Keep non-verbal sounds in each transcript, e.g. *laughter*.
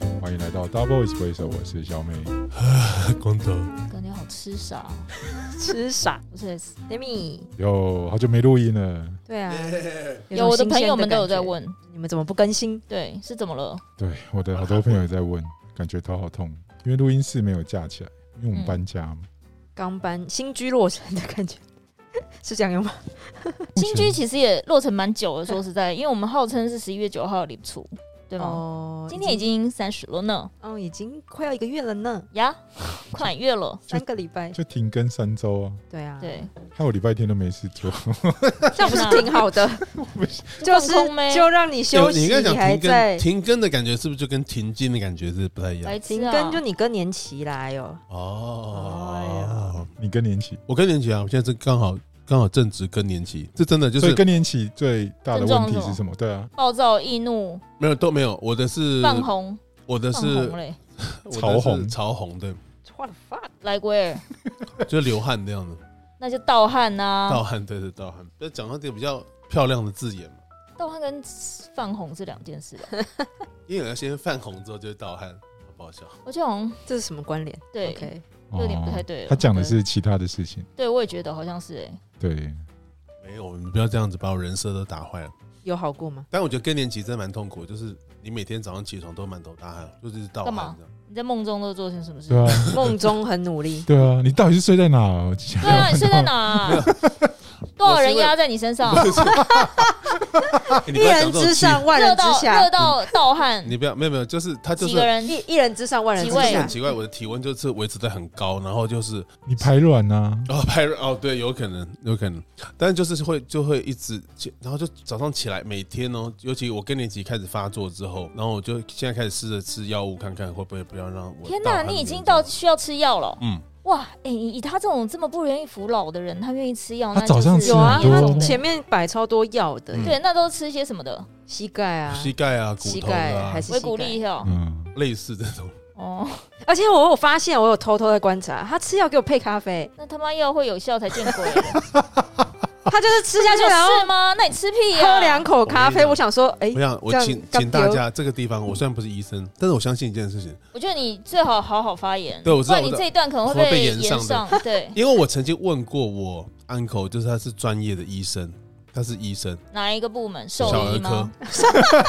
好，Double Espresso，我是小美。光头，感觉好吃傻，吃傻不是 Demi。哟，好久没录音了。对啊，有我的种新鲜朋友们都有在感觉，问，你们怎么不更新？对，是怎么了？对，我的好多朋友也在 *laughs* 问，感觉头好痛，因为录音室没有架起来，因为我们嗯搬家嘛。刚搬新居落成的感觉， *laughs* 是这样用吗？新居其实也落成蛮久了，说实在，因为我们号称是十一月九号离出，对吗？哦今天已经三十了呢，哦已经快要一个月了呢，呀， *laughs* 快满月了，就三个礼拜。就停更三周啊，对啊，对，，害我礼拜天都没事做。 *laughs* *laughs* 这样不是挺好 *laughs* 的？就是放空呗就让你休息，你刚才讲还停更，在哎停更的感觉是不是就跟停经的感觉是不太一样？白停痴啊更，！就你更年期来哦。哎哦，你更年期，我更年期啊，我现在是刚好刚好正值更年期，这真的就所以是更年期最大的问症题状是是什么？对啊，暴躁、易怒、没有都没有，我的是泛红、我的泛是红嘞，我的是潮红潮红的， What the fuck？来龟儿，就是流汗这样的，那就盗汗啊 *laughs* 啊盗呐。汗对对盗汗，要讲到点比较漂亮的字眼嘛，盗汗跟泛红是两件事啊吧？因为要先泛红之后就是盗汗，好不好笑？我觉得好像这是什么关联？对 OK，有点不太对哦了他讲的是其他的事情，对，我也觉得好像是哎、对，没有，你不要这样子把我人设都打坏了。有好过吗？ *laughs* 但我觉得更年期真的蛮痛苦，就是你每天早上起床都满头大汗，就是盗干汗嘛这样。 *laughs* 你在梦中都做些什么事？对啊，梦中很努力，对 *laughs* 啊，你到底是睡在哪？我之前对啊，你睡在哪、啊？ *laughs* 多少人压在你身上、啊？欸你一不要人讲这种之奇上，*laughs* 万热人之到下热，到盗汗，你不要没有没有，就是他就嗯几是个人？一一人之上，万人之几位啊就是下很。奇怪，我的体温就是维持在很高，然后就是 *laughs* 你排卵啊？哦 *laughs* 拍哦对，有可能有可能，但是就是会就会一直起，然后就早上起来每天哦，尤其我更年期开始发作之后，然后我就现在开始试着吃药物看看会不会不要让我天哪哪，，你已经到需要吃药了。嗯，哇，哎、以以他这种这么不愿意服老的人，他愿意吃药，他那就早是上吃有啊，很多他有啊前面摆超多药的，嗯对，那都吃些什么的？膝盖啊，膝盖啊骨膝头啊盖还是维膝骨盖力哦。嗯，类似这种，哦，而且我有发现，我有偷偷在观察，他吃药给我配咖啡，那他妈药会有效才见 *laughs* 鬼！他就是吃下那去就然后是啊吗？那你吃屁呀、喝两口咖啡，我跟你讲我想说，哎我，想我这样请刚请大丢家这个地方，我虽然不是医生，但是我相信一件事情，我觉得你最好好好发言，对我知道不然我你知道这一段可能会会被延延上的上。对，因为我曾经问过我 uncle，就是他是专业的医生，他是医生，哪一个部门？兽小儿医科吗？。好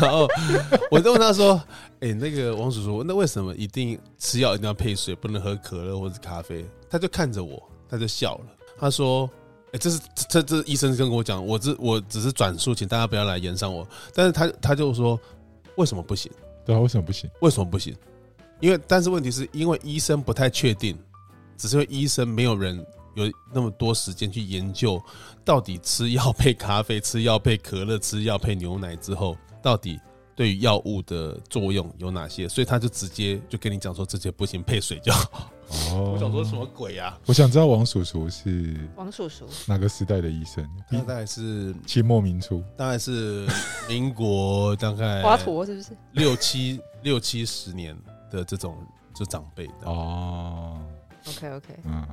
然后我就问他说：“哎、那个王叔叔，那为什么一定吃药一定要配水，不能喝可乐或者咖啡？”他就看着我，他就笑了。他说：“哎、这是这这这医生跟我讲，我只我只是转述，请大家不要来延上我。”但是他他就说：“为什么不行？对啊，为什么不行？为什么不行？因为但是问题是因为医生不太确定，只是因为医生没有人有那么多时间去研究，到底吃药配咖啡、吃药配可乐、吃药配牛奶之后，到底对于药物的作用有哪些，所以他就直接就跟你讲说这些不行，配水就好。哦，我想说什么鬼啊？我想知道王叔叔是王叔叔，哪个时代的医生？他大概是清末民初，大概是民国大概华佗是不是？六七六七十年的这种就长辈的哦， OK OK，嗯，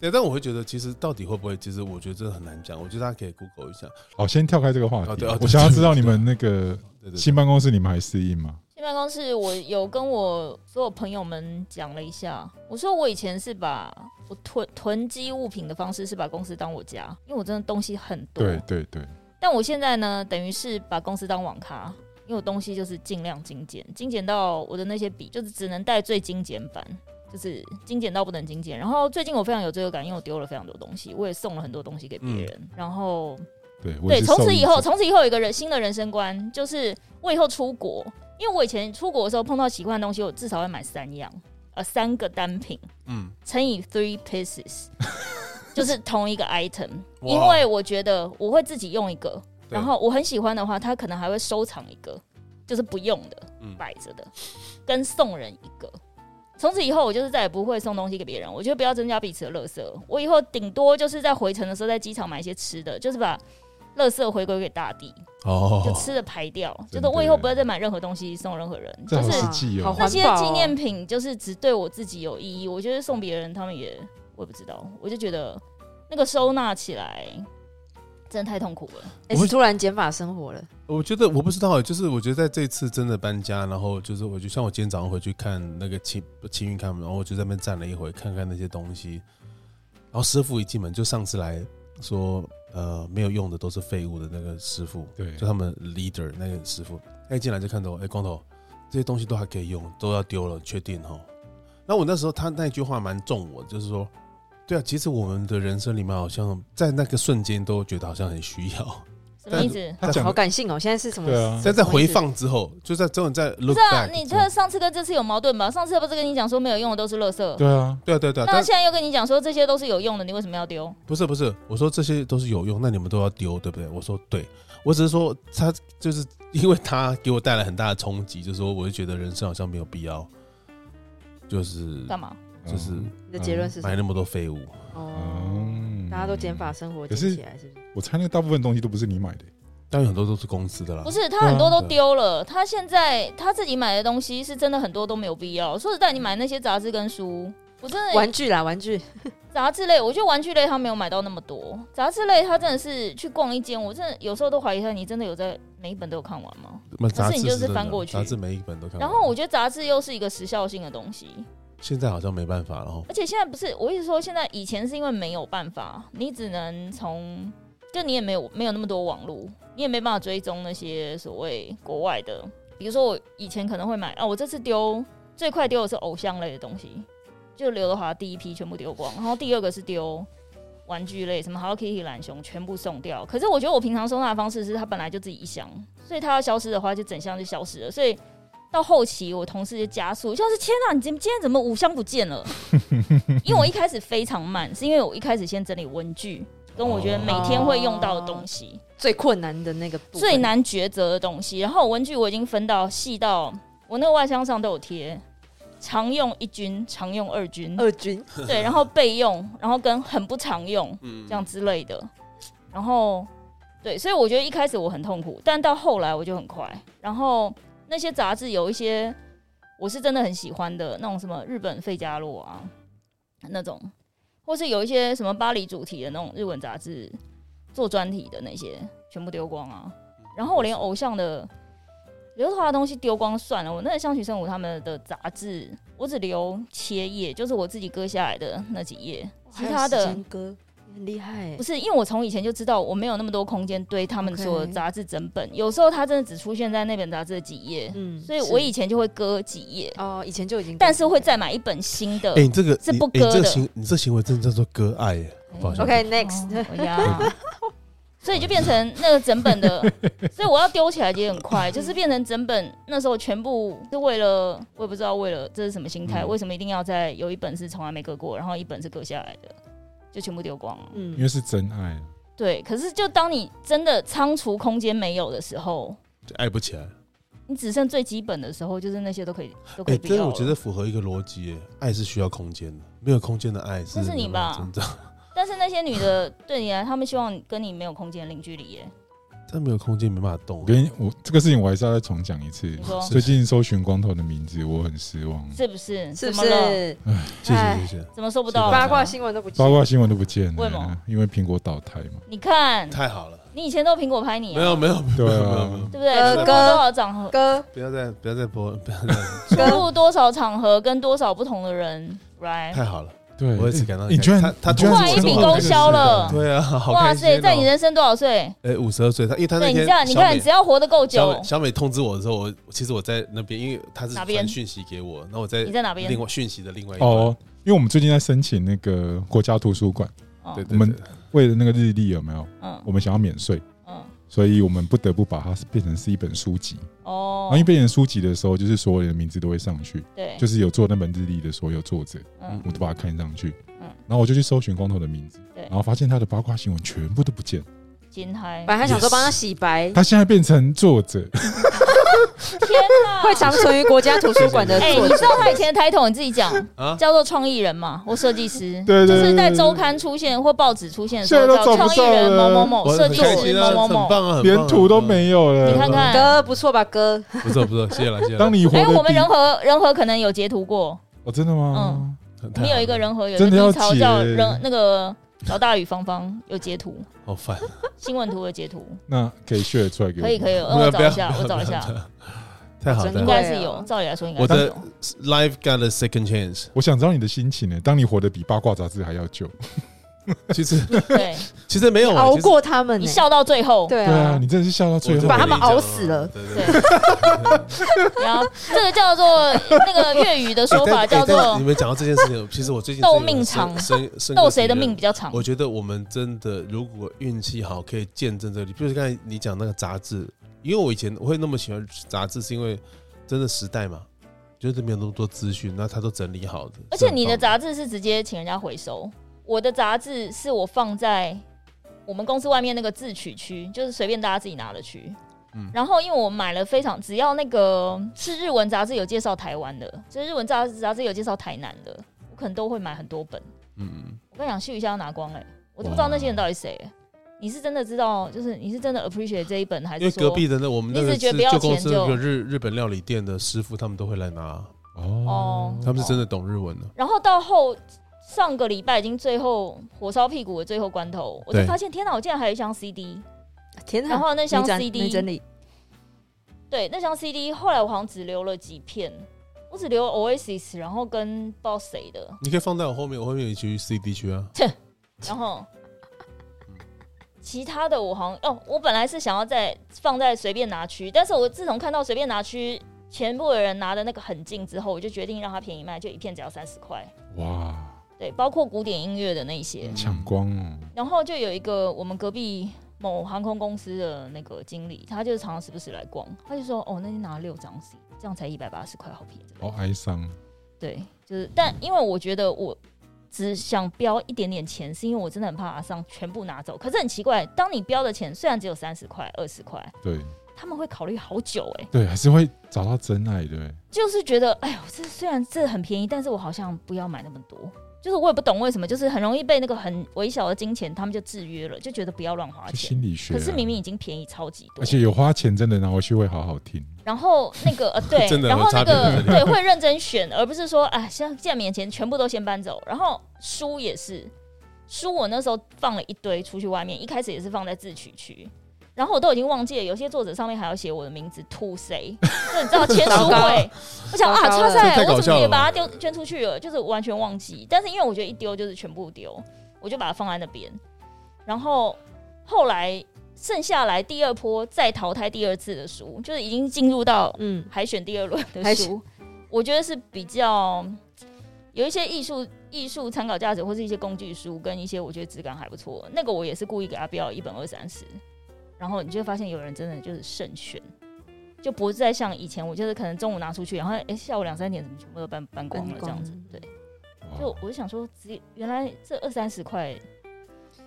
对，但我会觉得，其实到底会不会，其实我觉得这很难讲。我觉得大家可以 Google 一下。好，先跳开这个话哦题对哦，对我想要知道你们那个对对对，新办公室，你们还适应吗？进办公室，我有跟我所有朋友们讲了一下，我说我以前是把我囤囤积物品的方式是把公司当我家，因为我真的东西很多。对对对，但我现在呢，等于是把公司当网咖，因为我东西就是尽量精简，精简到我的那些笔就是只能带最精简版，就是精简到不能精简。然后最近我非常有罪恶感，因为我丢了非常多东西，我也送了很多东西给别人，然后对我也对，是从受此益以后，者从此以后有一个人新的人生观，就是我以后出国，因为我以前出国的时候碰到喜欢的东西，我至少会买三样，呃，三个单品嗯，乘以 three pieces，就是同一个 item，哇因为我觉得我会自己用一个，对然后我很喜欢的话，他可能还会收藏一个，就是不用的嗯摆着的，跟送人一个。从此以后，我就是再也不会送东西给别人。我觉得不要增加彼此的垃圾。我以后顶多就是在回程的时候，在机场买一些吃的，就是把垃圾回归给大地，就哦，吃的排掉。就真是的我以后不要再买任何东西送任何人，这就好是实际好哦。那环些保哦纪念品就是只对我自己有意义，我觉得送别人他们也我也不知道，我就觉得那个收纳起来真的太痛苦了。哎、我会突然减法生活了，我觉得我不知道，欸就是我觉得在这次真的搬家，然后就是我就像我今天早上回去看那个青青云看门，然后我就在那边站了一会，看看那些东西。然后师傅一进门就上次来说，呃，没有用的都是废物的那个师傅，对就他们 leader 那个师傅，他一进来就看到我，哎、光头，这些东西都还可以用，都要丢了，确定哦。那我那时候他那句话蛮重我，就是说，对啊，其实我们的人生里面好像在那个瞬间都觉得好像很需 *laughs* 要。什么意思？他讲好的感性哦。现在是什么？啊对啊但在什么意回思放之后，就在真的在 look 是啊， back，你这上次跟这次有矛盾吧？上次不是跟你讲说没有用的都是垃圾，对啊，对啊对啊对啊，那但现在又跟你讲说这些都是有用的，你为什么要丢？不是不是，我说这些都是有用，那你们都要丢，对不对？我说对，我只是说他就是因为他给我带来很大的冲击，就是说我就觉得人生好像没有必要，就是干嘛？就是嗯你的结论是什买么？那么多废物，哦，大家都减法。生活，可听是起来是不是？嗯我猜那大部分东西都不是你买的，嗯当然很多都是公司的啦不。是他很多都啊丢了，他现在他自己买的东西是真的很多都没有必要。说实在，你买那些杂志跟书，我真的玩具啦，玩具，杂志类，我觉得玩具类他没有买到那么多。杂志类他真的是去逛一间，我真的有时候都怀疑他，你真的有在每一本都有看完吗？那杂可志是你就是真的翻过去杂志每一本都看完。然后我觉得杂志又是一个时效性的东西，现在好像没办法了哦，而且现在不是，我一直说现在以前是因为没有办法，你只能从就你也没有没有那么多网络，你也没办法追踪那些所谓国外的，比如说我以前可能会买啊，我这次丢最快丢的是偶像类的东西，就刘德华第一批全部丢光，然后第二个是丢。玩具类什么 Hello Kitty 懒熊全部送掉，可是我觉得我平常收纳的方式是它本来就自己一箱，所以它要消失的话就整箱就消失了，所以到后期我同事就加速，就是天哪，你今今天怎么五箱不见了？因为我一开始非常慢，是因为我一开始先整理文具，跟我觉得每天会用到的东西，最困难的那个部分最难抉择的东西。然后文具我已经分到细到我那个外箱上都有贴，常用一军，常用二军，二军，对，然后备用，然后跟很不常用，嗯这样之类的。然后对，所以我觉得一开始我很痛苦，但到后来我就很快。然后那些杂志有一些我是真的很喜欢的，那种什么日本费加洛啊那种，或是有一些什么巴黎主题的那种日文杂志做专题的那些，全部丢光啊。然后我连偶像的。刘德华的东西丢光算了，我那个香取慎吾他们的杂志，我只留切页，就是我自己割下来的那几页，其他还的有时间歌你很厉害欸不，是，因为我从以前就知道我没有那么多空间堆他们 OK 所有杂志整本有时候它真的只出现在那本杂志的几页，嗯所以我以以前就会割几页，哦以前就已经，但是会再买一本新的。哎，你这个是你不哎你割这个的行，你这行为真的叫做割爱耶，不好意思 OK 哦 next，我呀， *laughs* 所以就变成那个整本的，所以我要丢起来也很快，就是变成整本那时候全部是为了我也不知道为了这是什么心态，嗯为什么一定要在有一本是从来没割过，然后一本是割下来的，就全部丢光了。因嗯为是真爱。对，可是就当你真的仓储空间没有的时候，就爱不起来。你只剩最基本的时候，就是那些都可以都可哎、以不这要个了。我觉得符合一个逻辑耶，爱是需要空间的，没有空间的爱是这是你吧真的，但是那些女 *laughs* 的对你来，她们希望跟你没有空间零距离耶。但没有空间没办法动我。哎跟你我这个事情我还是要再重讲一次你。说最近搜寻光头的名字，我很失望，是不是？怎是不么了？是谢谢哎谢谢，怎么收不到？八卦新闻都不记八卦新闻都不见为什么了，因为苹果倒台嘛。你看，太好了，你以前都苹果拍你、没啊，有没有没 *laughs* 有没对有啊没有没有，对不对？呃出入哥多少场合，歌不要再不要再播，不要再出入多少场合，跟多少不同的人，right？太好了，对，我也是感到你居然他他你居然哇一笔勾销了对啊，好哇开心塞，哦。在你人生多少岁？哎五十二岁，他因为他那对你天这样，你小看，美只要活得够小久美，小美通知我的时候，我其实我在那边，因为他是哪边传讯息给我，那我在你在哪边另？外讯息的另外一端，哦，因为我们最近在申请那个国家图书馆，哦对我对们对，为了那个日历有没有？嗯我们想要免税，嗯，所以我们不得不把它变成是一本书籍。然哦后，一变成书籍的时候，就是所有人的名字都会上去，对，就是有做那本日历的所有作者，嗯我都把它看上去。嗯然后我就去搜寻光头的名字，对然后发现他的八卦新闻全部都不见了，金嗨本，来还想说 Yes 帮他洗白，他现在变成作者，天哪！ *laughs* 会长存于国家图 *laughs* 书馆的哎、作你知者。道他以前的抬头你自己讲啊叫做创意人嘛，或设计师，对对对就是在周刊出现或报纸出现的时现候在都叫找不创意人某到某了某，我设很计开心师啊，哦某很某某。棒啊，很连棒图都很棒没有了。你看看歌不错吧，歌不错不错，谢谢了谢谢了。当你活哎、得我们比人嗯和人和可能有截图过，哦，真的吗？很我们有一个人和有一真的个要低潮叫截人那个老大与芳芳有截图，好哦烦。啊新闻图有截图，那可以 share 出来给我可以可以。以，不让要我不找要一下，不要我找一下不，太好真 *laughs* 应了的该是对有啊，照理来说应该我是的 *laughs* 有。 ，Life got a second chance。我想知道你的心情呢、当你活得比八卦杂志还要久，其实对，其实没有啊熬其实过他们你呢，笑到最后，对对啊，啊，你真的是笑到最我后就把跟他们你讲熬啊死了对对， *laughs* 然后这个叫做那个粤语的说欸但法欸叫但是做你们讲到这件事情，其实我最近斗真的命有长深深深刻斗谁的体认命比较长。我觉得我们真的如果运气好，可以见证这里。就是刚才你讲那个杂志，因为我以前我会那么喜欢杂志，是因为真的时代嘛，就是没有那么多资讯，那他都整理好的。而且你的是很棒杂志是直接请人家回收，我的杂志是我放在我们公司外面那个自取区，就是随便大家自己拿的区。嗯然后因为我买了非常，只要那个是日文杂志有介绍台湾的，就是日文杂志杂志有介绍台南的，我可能都会买很多本。嗯嗯，我跟你讲，秀一下要拿光哎、我都不知道那些人到底谁欸、你是真的知道，就是你是真的 appreciate 这一本，还因为是隔说壁的那我们那你个只觉是得不要旧公司钱就那个日日本料理店的师傅，他们都会来拿，哦哦，他们是真的懂日文的。然后到后上个礼拜已经最后火烧屁股的最后关头，我就对发现天哪，我竟然还有一箱 *laughs* CD。天哪，然后那箱没整 CD 没整理，对，那张 CD 后来我好像只留了几片，我只留了 Oasis，然后跟不知道谁的，你可以放在我后面，我后面有一区 CD 区啊。然后其他的我好像哦，我本来是想要在放在随便拿区，但是我自从看到随便拿区全部的人拿的那个很近之后，我就决定让它便宜卖，就一片只要三十块。哇，对，包括古典音乐的那一些，抢光哦，然后就有一个我们隔壁某航空公司的那个经理，他就常常时不时来逛，他就说：“哦，那你拿了六张 C，这样才一百八十块，好便宜。”好哦哀伤。对，就是，但因为我觉得我只想标一点点钱，是因为我真的很怕阿桑全部拿走。可是很奇怪，当你标的钱虽然只有三十块、二十块，对他们会考虑好久、欸，对，还是会找到真爱的欸。就是觉得，哎呦，这虽然这很便宜，但是我好像不要买那么多。就是我也不懂为什么，就是很容易被那个很微小的金钱，他们就制约了，就觉得不要乱花就钱。心理学啊、可是明明已经便宜超级多，而且有花钱真的拿回去会好好听。然后那 *laughs* 个呃，对真，的然后那有差别个对会认真选，而不是说啊，现在既然免钱，全部都先搬走。然后书也是，书我那时候放了一堆出去外面，一开始也是放在自取区。然后我都已经忘记了，有些作者上面还要写我的名字，to 谁？就你知道签书糟糕会，我想啊，糟糕超了赛，这太搞我怎笑么也了吧把它丢捐出去了？就是完全忘记。但是因为我觉得一丢就是全部丢，我就把它放在那边。然后后来剩下来第二波再淘汰第二次的书，就是已经进入到嗯，海选第二轮的海书，我觉得是比较有一些艺术艺术参考价值，或是一些工具书，跟一些我觉得质感还不错。那个我也是故意给他标一本二三十，然后你就会发现有人真的就是慎选，就不再像以前我就是可能中午拿出去，然后哎、诶下午两三点怎么全部都搬搬光了这搬光样子。对，哦哇就我就想说，只原来这二三十块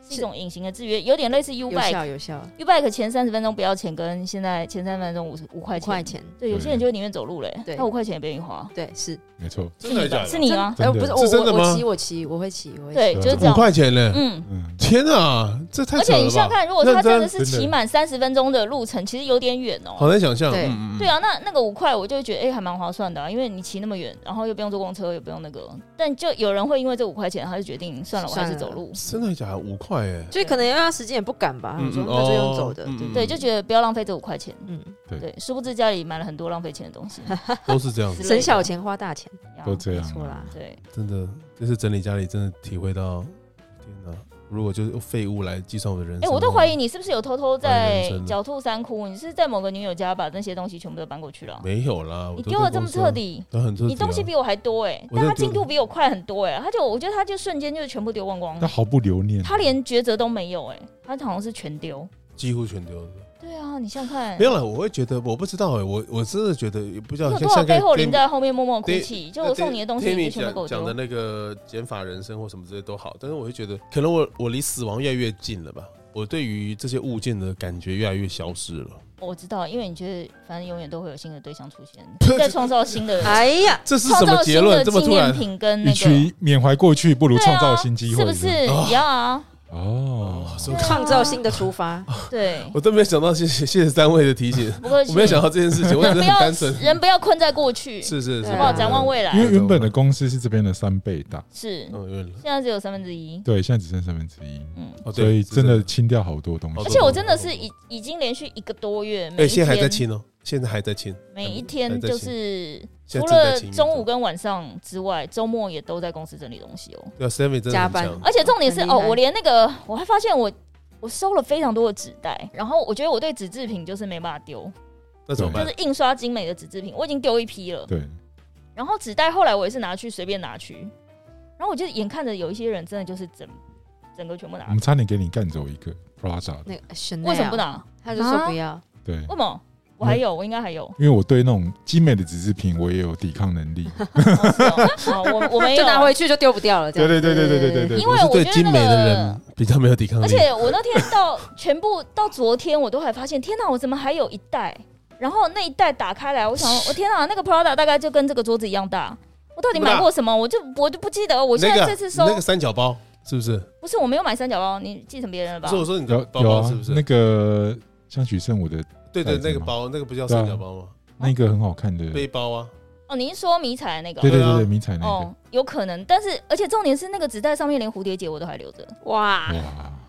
是一种隐形的制约，有点类似 U 有 bike。效有效， U bike 前三十分钟不要钱，跟现在前三十分钟五十五块五钱块，钱，对，有些人就会宁愿走路嘞、对那五块钱也不愿意花。对，是没错，真的假的？是你吗？哎，真的不是是真我的我吗我骑我骑我会骑我会骑，对，就是这五样。块钱呢？嗯，嗯，天啊，这太而扯且了吧！你想想看，如果他真的是那真的骑满三十分钟的路程，其实有点远哦、好难想象。对嗯嗯嗯对啊，那那个五块，我就会觉得哎、还蛮划算的、啊，因为你骑那么远，然后又不用坐公车，也不用那个。但就有人会因为这五块钱，他就决定算了，我还是算了走路。真的假的？五块哎，所以可能因为他时间也不赶吧，嗯他说嗯那就哦用走的，嗯对嗯对，就觉得不要浪费这五块钱。嗯，对，殊不知家里买了很多浪费钱的 *laughs* 东西，都是这样子，之类的省小钱花大钱，呀都这样、没错啦啊。对，真的，这次整理家里真的体会到，天哪！如果就是用废物来计算我的人生，哎、我都怀疑你是不是有偷偷哎在人生狡兔三窟？你是在某个女友家把那些东西全部都搬过去了啊、没有啦，你丢的这么彻彻底，底，都很彻底啊，你东西比我还多哎、我但就他丢进度比我快很多哎、他就我觉得他就瞬间就是全部丢光光他，毫不留念，他连抉择都没有哎、他好像是全丢。几乎全丢了。对啊，你想想看，没你有了，我会觉得我不知道哎，我我真的觉得也不知道有像多少像背后跟灵在后面默默哭对泣？就我送你的东西，你 Tammy 全部给我讲讲的丢。那个减法人生或什么之类都好，但是我会觉得，可能我我离死亡越来越近了吧，我对于这些物件的感觉越来越消失了。我知道，因为你觉得反正永远都会有新的对象出 *laughs* 现，在创造新的，啊哎呀，这是什创么造结新论？的这么纪突然念？品跟那与个，啊其缅怀过去，不如对创啊，造新机会。是不是？一样啊。哦哦，所以对啊创造性的出发，对， *laughs* 我都没有想到，谢谢谢谢三位的提醒，不过我没有想到这件事情，我人真不的很要单纯，人不要困在过去，是嗯是是对好啊不好？展望未因为来原本的公司是这边的三倍大，是，嗯，有点现在只有三分之一，对，现在只剩三分之一，嗯。哦，对所以真是的清掉好多东好而西多。且我真的是已已经连续一个多月，每哎，一现在还在天清哦，现在还在清，每一还天在就清是现在正除在了清中午跟晚上之外，周末也都在公司整理东西哦。对啊，Sammy 真的加很班强，而且重点是很厉哦，害我连那个我还发现我我收了非常多的纸袋，然后我觉得我对纸制品就是没办法丢，那怎么就办是？印刷精美的纸制品，我已经丢一批了。对，然后纸袋后来我也是拿去随便拿去，然后我就眼看着有一些人真的就是整整个全部拿嗯我，们差点给你干走一个 Prada 的，那个 Chanel 为什么不？拿？他就说不要，对，为什么？我还有，我应该还有。因为我对那种精美的纸制品我也有抵抗能 *laughs* 力。哦是哦 *laughs* 好，我我没有就拿回去就丢不掉了。这对样对对对对对对对因为是我对觉得精那美的个人比较没有抵抗力，而且我那天到全部到昨天，我都还发现，天哪，我怎么还有一袋？然后那一袋打开来，我想，我天哪，那个 Prada 大概就跟这个桌子一样大。我到底买过什么？我就我就不记得。我现那在个啊这次收那个三角包是不是？不是我没有买三角包，你继承别人了不吧是？我说你的有包有包啊是不，是？那个像许胜我的对对，袋子那个吗包那个不叫对啊三角包吗？那个很好看的，背对包 *laughs* 啊，哦，您说迷彩那个？对对对啊对，迷彩那哦个，，有可能。但是而且重点是那个纸袋上面连蝴蝶结我都还留着。哇，哇，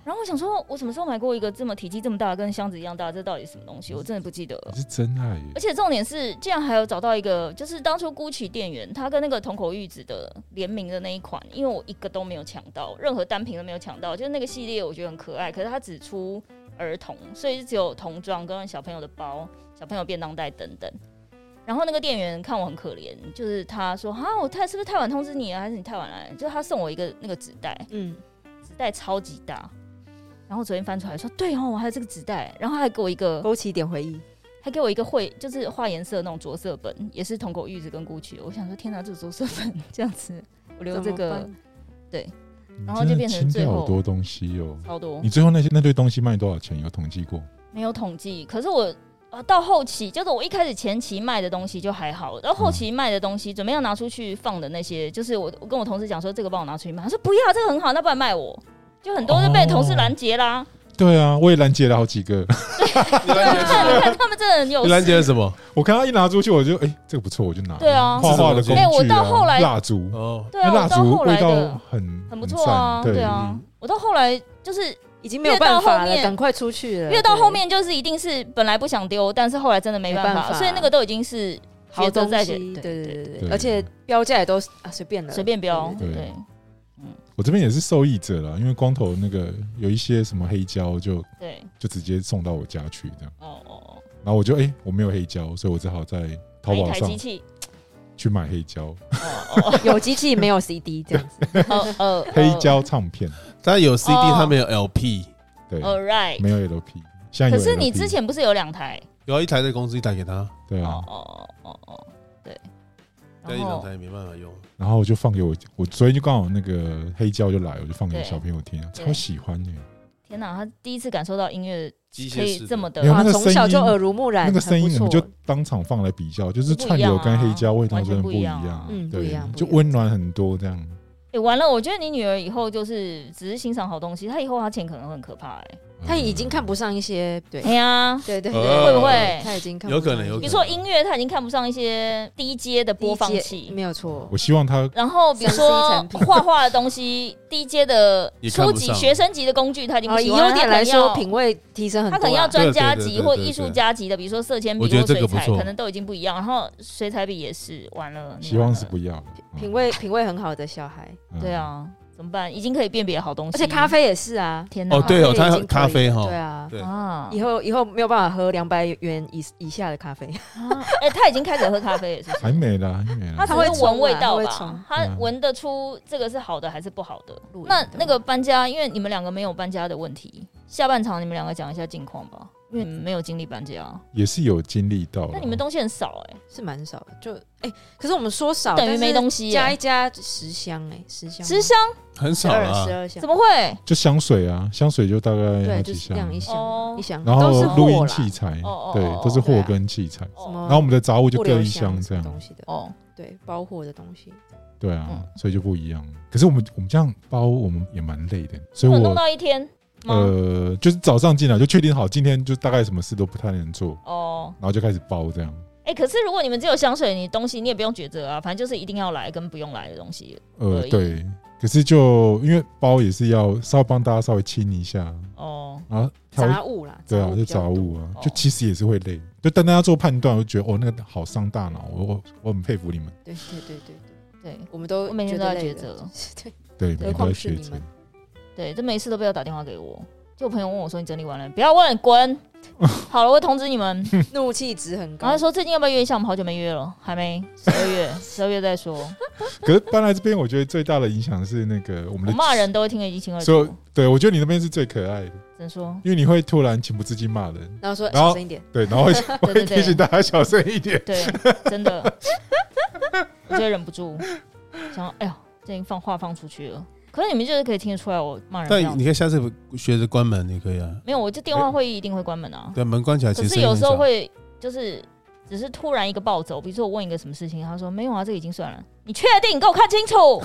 然后我想说，我什么时候买过一个这么体积这么大，跟箱子一样大？这到底什么东西？我真的不记得了你。是真爱耶而！且重点是，竟然还有找到一个，就是当初 GUCCI 店员他跟那个同口玉子的联名的那一款，因为我一个都没有抢到，任何单品都没有抢到，就是那个系列我觉得很可爱，可是它只出儿童，所以只有童装跟小朋友的包、小朋友便当袋等等。然后那个店员看我很可怜，就是他说：“啊，我太是不是太晚通知你了，还是你太晚来？”就是他送我一个那个纸袋，嗯，纸袋超级大。然后昨天翻出来说：“对哦，我还有这个纸袋。”然后他还给我一个勾起一点回忆，还给我一个绘，就是画颜色的那种着色本，也是同狗玉子跟 GUCCI。我想说，天哪，这个着色本这样子，我留这怎么个办你然后真就的变成清最掉后好多东西哦。超多你，最后那些那堆东西卖多少钱？有统计过？没有统计。可是我啊，到后期就是我一开始前期卖的东西就还好，到后期卖的东西，准备要拿出去放的那些，就是我我跟我同事讲说，这个帮我拿出去卖，他说不要，这个很好，那不然卖我。就很多就被同事拦截啦，对啊，我也拦截了好几个。 *laughs* 你对，你看你看他们真的很有你哦拦截了什么？我看他一拿出去，我就哎、这个不错，我就拿了。对啊画画的工具、啊，哎我到后来蜡烛，哦，对那啊，蜡我到烛后味来道的很很不错啊，赞对啊嗯，我到后来就是已经没有越办法到后了，面赶快出去了。越到后面就是一定是本来不想丢，但是后来真的没办法，没办法所以那个都已经是好抉择东在西人，对对对对对对对对，而且标价也都是啊随便了，随便标，对对，我这边也是受益者啦，因为光头那个有一些什么黑胶就对，就直接送到我家去这样，哦哦，然后我就哎、我没有黑胶，所以我只好在哦，淘买一宝台上机器，去买黑胶、哦有机器没有 *laughs* CD 这样子，哦哦 *laughs* 哦，黑胶唱片，他有 CD，哦他没有 LP，对，哦，All right。哦没有 LP。现在可有 LP, 是你之前不是有两台？有啊一台在公司，一台给他，对啊哦，哦哦哦，对。但然一两后台也没办法用。然后我就放给我，我昨天就刚好那个黑胶就来，我就放给对小朋友听啊，对超喜欢耶、天哪，他第一次感受到音乐机械可以式的这么的没有那哇，个从小就耳濡目染，那个声音很我不们就错当场放来比较，就是不一串流样跟啊黑胶味道完全真的不不一一样啊样，嗯不一对样，不就一样温暖很多这样。诶哎完了，我觉得你女儿以后就是只是欣赏好东西，她以后花钱可能会很可怕哎。他已嗯经看不上一些，对哎呀，对对呃哦对，会不会？他已经看有不上可能有比可如能说音乐，他已经看不上一些低阶的播放低阶器。没有错我，希望他然后比如三 C 说产品画画的东西，低阶的也看初不级上学生级的工具，他已经不啊，以喜欢。优点来他可说，能要品味提升很他多啊。可能要专家对对对级对或对艺术对家级的，比如说色铅笔我觉得或这个水不彩，错可能都已经不一样。然后水彩笔也是，完了，你希望完是了不要啊了品、味品味很好的小孩，嗯对，啊，怎么办？已经可以辨别好东西，而且咖，啡也是啊，天哪，哦，对哦，咖他啡已经可以咖啡哈，对啊，对啊以，后以后没有办法喝两百元以以下的咖啡，啊 *laughs* 哎，他已经开始喝咖啡了，是不是还没啦，还没他啦。只会是闻味道冲啊他会吧冲，他嗯闻得出这个是好的还是不好的。录影那的那个搬家，因为你们两个没有搬家的问题，下半场你们两个讲一下近况吧，因嗯为你们没有经历搬家，也是有经历到啦。那你们东西很少哎、是蛮少的。就哎，可是我们说少，等于但是没东西加欸一加十箱哎，十箱吗，十箱很十少二啦十。二箱怎，么会？就香水啊，香水就大概好对，几就是箱这，样一哦箱一箱，然都后是录货音啦，器材哦哦，对哦，都是对货啊跟器材，什么然后我们的杂物就物各流一箱箱什这么样东。西的，哦，对包货的东西，对啊嗯，所以就不一样。可是我们我们这样包，我们也蛮累的，所以有弄我到一天吗？呃，就是早上进来就确定好，今天就大概什么事都不太能做，哦，然后就开始包这样。哎，可是如果你们只有香水，你东西你也不用抉择啊，反正就是一定要来跟不用来的东西。呃而，已对。可是就因为包也是要稍微帮大家稍微清一下，哦，然后挑杂物啦，对杂啊，物就比较杂多物啊哦，就其实也是会累。就单单要做判断，我就觉得哦，那个好伤大脑，我我我很佩服你们。对对对对对，对我们都我每天觉都得在累抉了择，对，对，何每个况都在是学你习们。对，这每次都不要打电话给我。就有朋友问我说：“你整理完了？”不要问，滚！ *laughs* 好了，我会通知你们。怒气值很然高后他。说：“最近要不要约一下？我们好久没约了，还没。十二月，十二月再说。可是搬来这边，我觉得最大的影响是那个我们我的骂人都会听得一清二所楚以。对，我觉得你那边是最可爱的，只能说，因为你会突然情不自禁骂 *laughs* 人，然后说然后小声一点，对，然后会我对会对提醒大家小声一点。对，真的， *laughs* 我就会忍不住想要，哎呦，这已经放话放出去了。可是你们就是可以听得出来我骂人的样但子。你看下次学着关门也可以啊，没有，我这电话会议一定会关门啊。对，门关起来其实可是声音有很时候小。会就是只是突然一个暴走，比如说我问一个什么事情，他说没有啊，这个已经算了，你确定？你给我看清 *laughs* 楚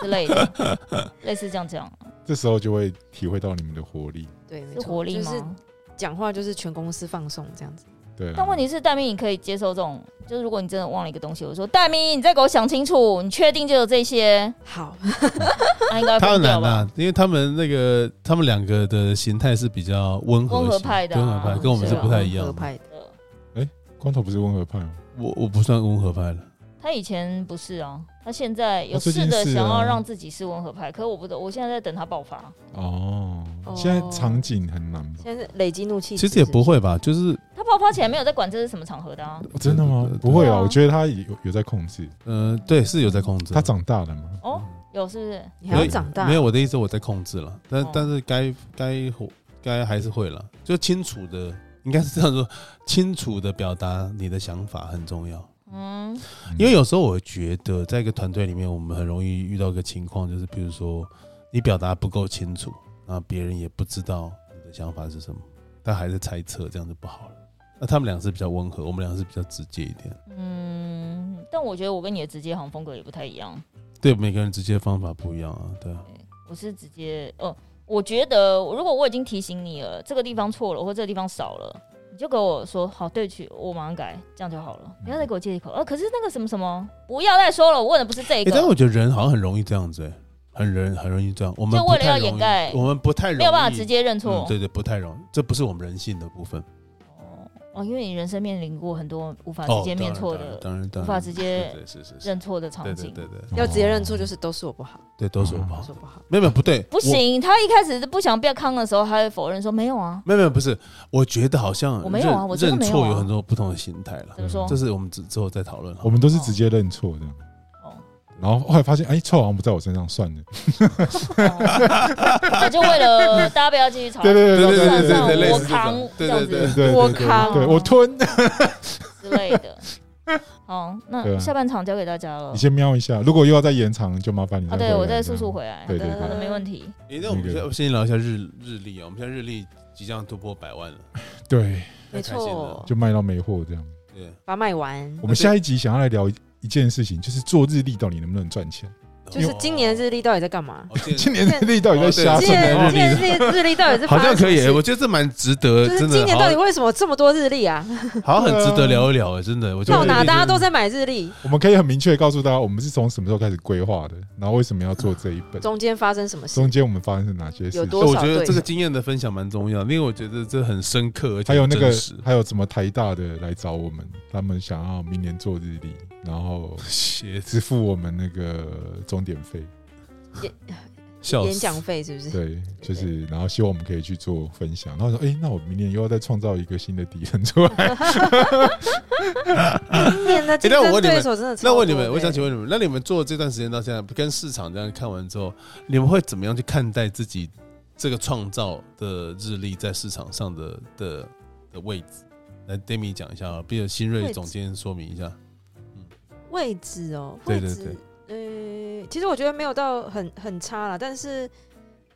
之类的，类似这样讲，这时候就会体会到你们的活力。对，没是错，活力就是吗？讲话就是全公司放送这样子，对啊，但问题是，戴咪你可以接受这种，就是如果你真的忘了一个东西，我说戴咪，你再给我想清楚，你确定就有这 *laughs* 些？好，那应该会他疯很掉难吧？啊，因为他们那个他们两个的形态是比较温和型温和派的啊温和派跟我们是是啊不太一合样的。拍的，呃光头不是温和派吗？我我不算温和派了，他以前不是啊，他现在有他最近试着是啊想要让自己是温和派，可是我不懂，我现在在等他爆发。哦，哦现在场景很难吧？现在是累积怒气值，其实也不是会吧，就是他爆发起来没有在管这是什么场合的啊？哦真的吗对对对？不会对啊，啊我觉得他有有在控制，呃，对，是有在控制。他长大了嘛。哦，有是不是？不是，你还要长大，没有，我的意思我在控制了，但、哦但是该该火该还是会了，就清楚的，应该是这样说，清楚的表达你的想法很重要。嗯，嗯因为有时候我觉得，在一个团队里面，我们很容易遇到一个情况，就是比如说你表达不够清楚，那别人也不知道你的想法是什么，他还是猜测，这样就不好了。那他们俩是比较温和，我们俩是比较直接一点。嗯，但我觉得我跟你的直接好像风格也不太一样。对，每个人直接方法不一样啊，对啊，我是直接，哦，我觉得如果我已经提醒你了，这个地方错了或这个地方少了，你就给我说好，对不起，我马上改，这样就好了，不要再给我借一口。哦，可是那个什么什么，不要再说了，我问的不是这欸但个，我觉得人好像很容易这样子、欸，很人很容易这样。我们就为了不太要容易掩盖我们不太容易没有办法直接认错嗯。对对，不太容易，这不是我们人性的部分。哦哦，因为你人生面临过很多无法直接面错的、哦当然当然，无法直接对对是是是，认错的场对对景。对对，嗯要哦直接认错，就是都是我不好，对都是我不都好是。我不好，没有没有不对，不行，他一开始不想被康的时候，他会否认说没有啊。没有没有不是，我觉得好像我没有啊认我真的认没有啊错有很多不同的心态了，怎么说嗯这？是我们之之后再讨论好了。我们都是直接认错的。哦，然后后来发现，哎，错好像不在我身上，算了。哦那就为了大家不要继续 *laughs* 吵，对对对对算对算对对类我似这种扛这对样对子对对，我对对扛对我吞。之类 *laughs* 的。好，对那啊下半场交给大家了你。先瞄一下，如果又要再延长，就麻烦你再啊，回来。对我再速速回来。好对的对对好的，哦没问题。诶那我们那个先先聊一下日日历啊，我们现在日历即将突破百万了，对，太开没心错了，就卖到没货这样。对，把它卖完我，们下一集想要来聊一件事情，就是做日历到底能不能赚钱？就是今年的日历到底在干嘛？哦今今年的日历到底在瞎哦什今今年么年的东今年西？日历日历到底是好发像生什可么以欸，事我觉得这蛮值得，就是真的今年好到底为什么这么多日历啊？好像很值得聊一聊哎，真的，我觉得到哪日历大家都在买日历，我们可以很明确地告诉大家，我们是从什么时候开始规划的，然后为什么要做这一本，中间发生什么事中？间我们发生了哪些事有情，多我少觉得对这个手？经验的分享蛮重要，因为我觉得这很深刻，而且还有那个真实还有什么台大的来找我们，他们想要明年做日历，然后 Shit，支付我们那个钟点 *laughs* 费，笑演死讲费是不是？对，就是然后希望我们可以去做分享，然后说，哎、那我明年又要再创造一个新的敌人出来，今年的竞那我争问你对们手真的 *laughs* 超那多问的你欸们，我想请问你们，那你们做这段时间到现在，跟市场这样看完之后，你们会怎么样去看待自己这个创造的日历在市场上的的的位置？来，Demi 讲一下啊，比如新位锐置总监说明一下。位置哦，对位对置，呃，其实我觉得没有到很很差啦，但是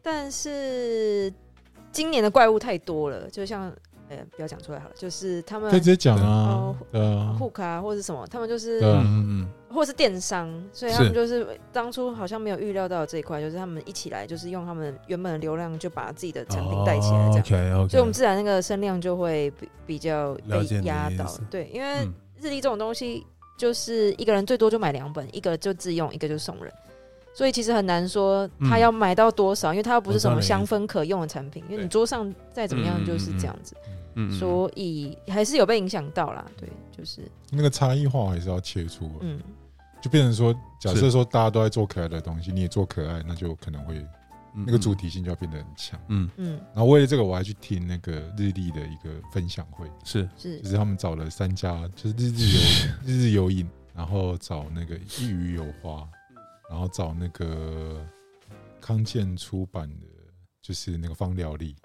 但是今年的怪物太多了，就像呃，不要讲出来好了，就是他们可以直接讲啊哦，对啊， hook 啊或者什么，他们就是对啊嗯嗯或者是电商，所以他是们就是当初好像没有预料到这一块，就是他们一起来，就是用他们原本的流量就把自己的嗯，产品带起来，这样， OK OK，所以我们自然那个声量就会比比较了被解你的压意倒思。对，因为嗯日历这种东西，就是一个人最多就买两本，一个就自用，一个就送人。所以其实很难说他嗯要买到多少，因为他又不我是知什道你么的意香思氛可用的产品，因为对你桌上再怎么样就是这样子。嗯嗯所以还是有被影响到啦。对，就是那个差异化还是要切出啊，嗯，就变成说，假设说大家都在做可爱的东西，你也做可爱，那就可能会嗯那个主，题性就要变得很强。嗯嗯嗯嗯，然后为了这个，我还去听那个日历的一个分享会，是是就是他们找了三家，就是日日有日日有饮，然后找那个一鱼有花，然后找那个康健出版的，就是那个芳疗力，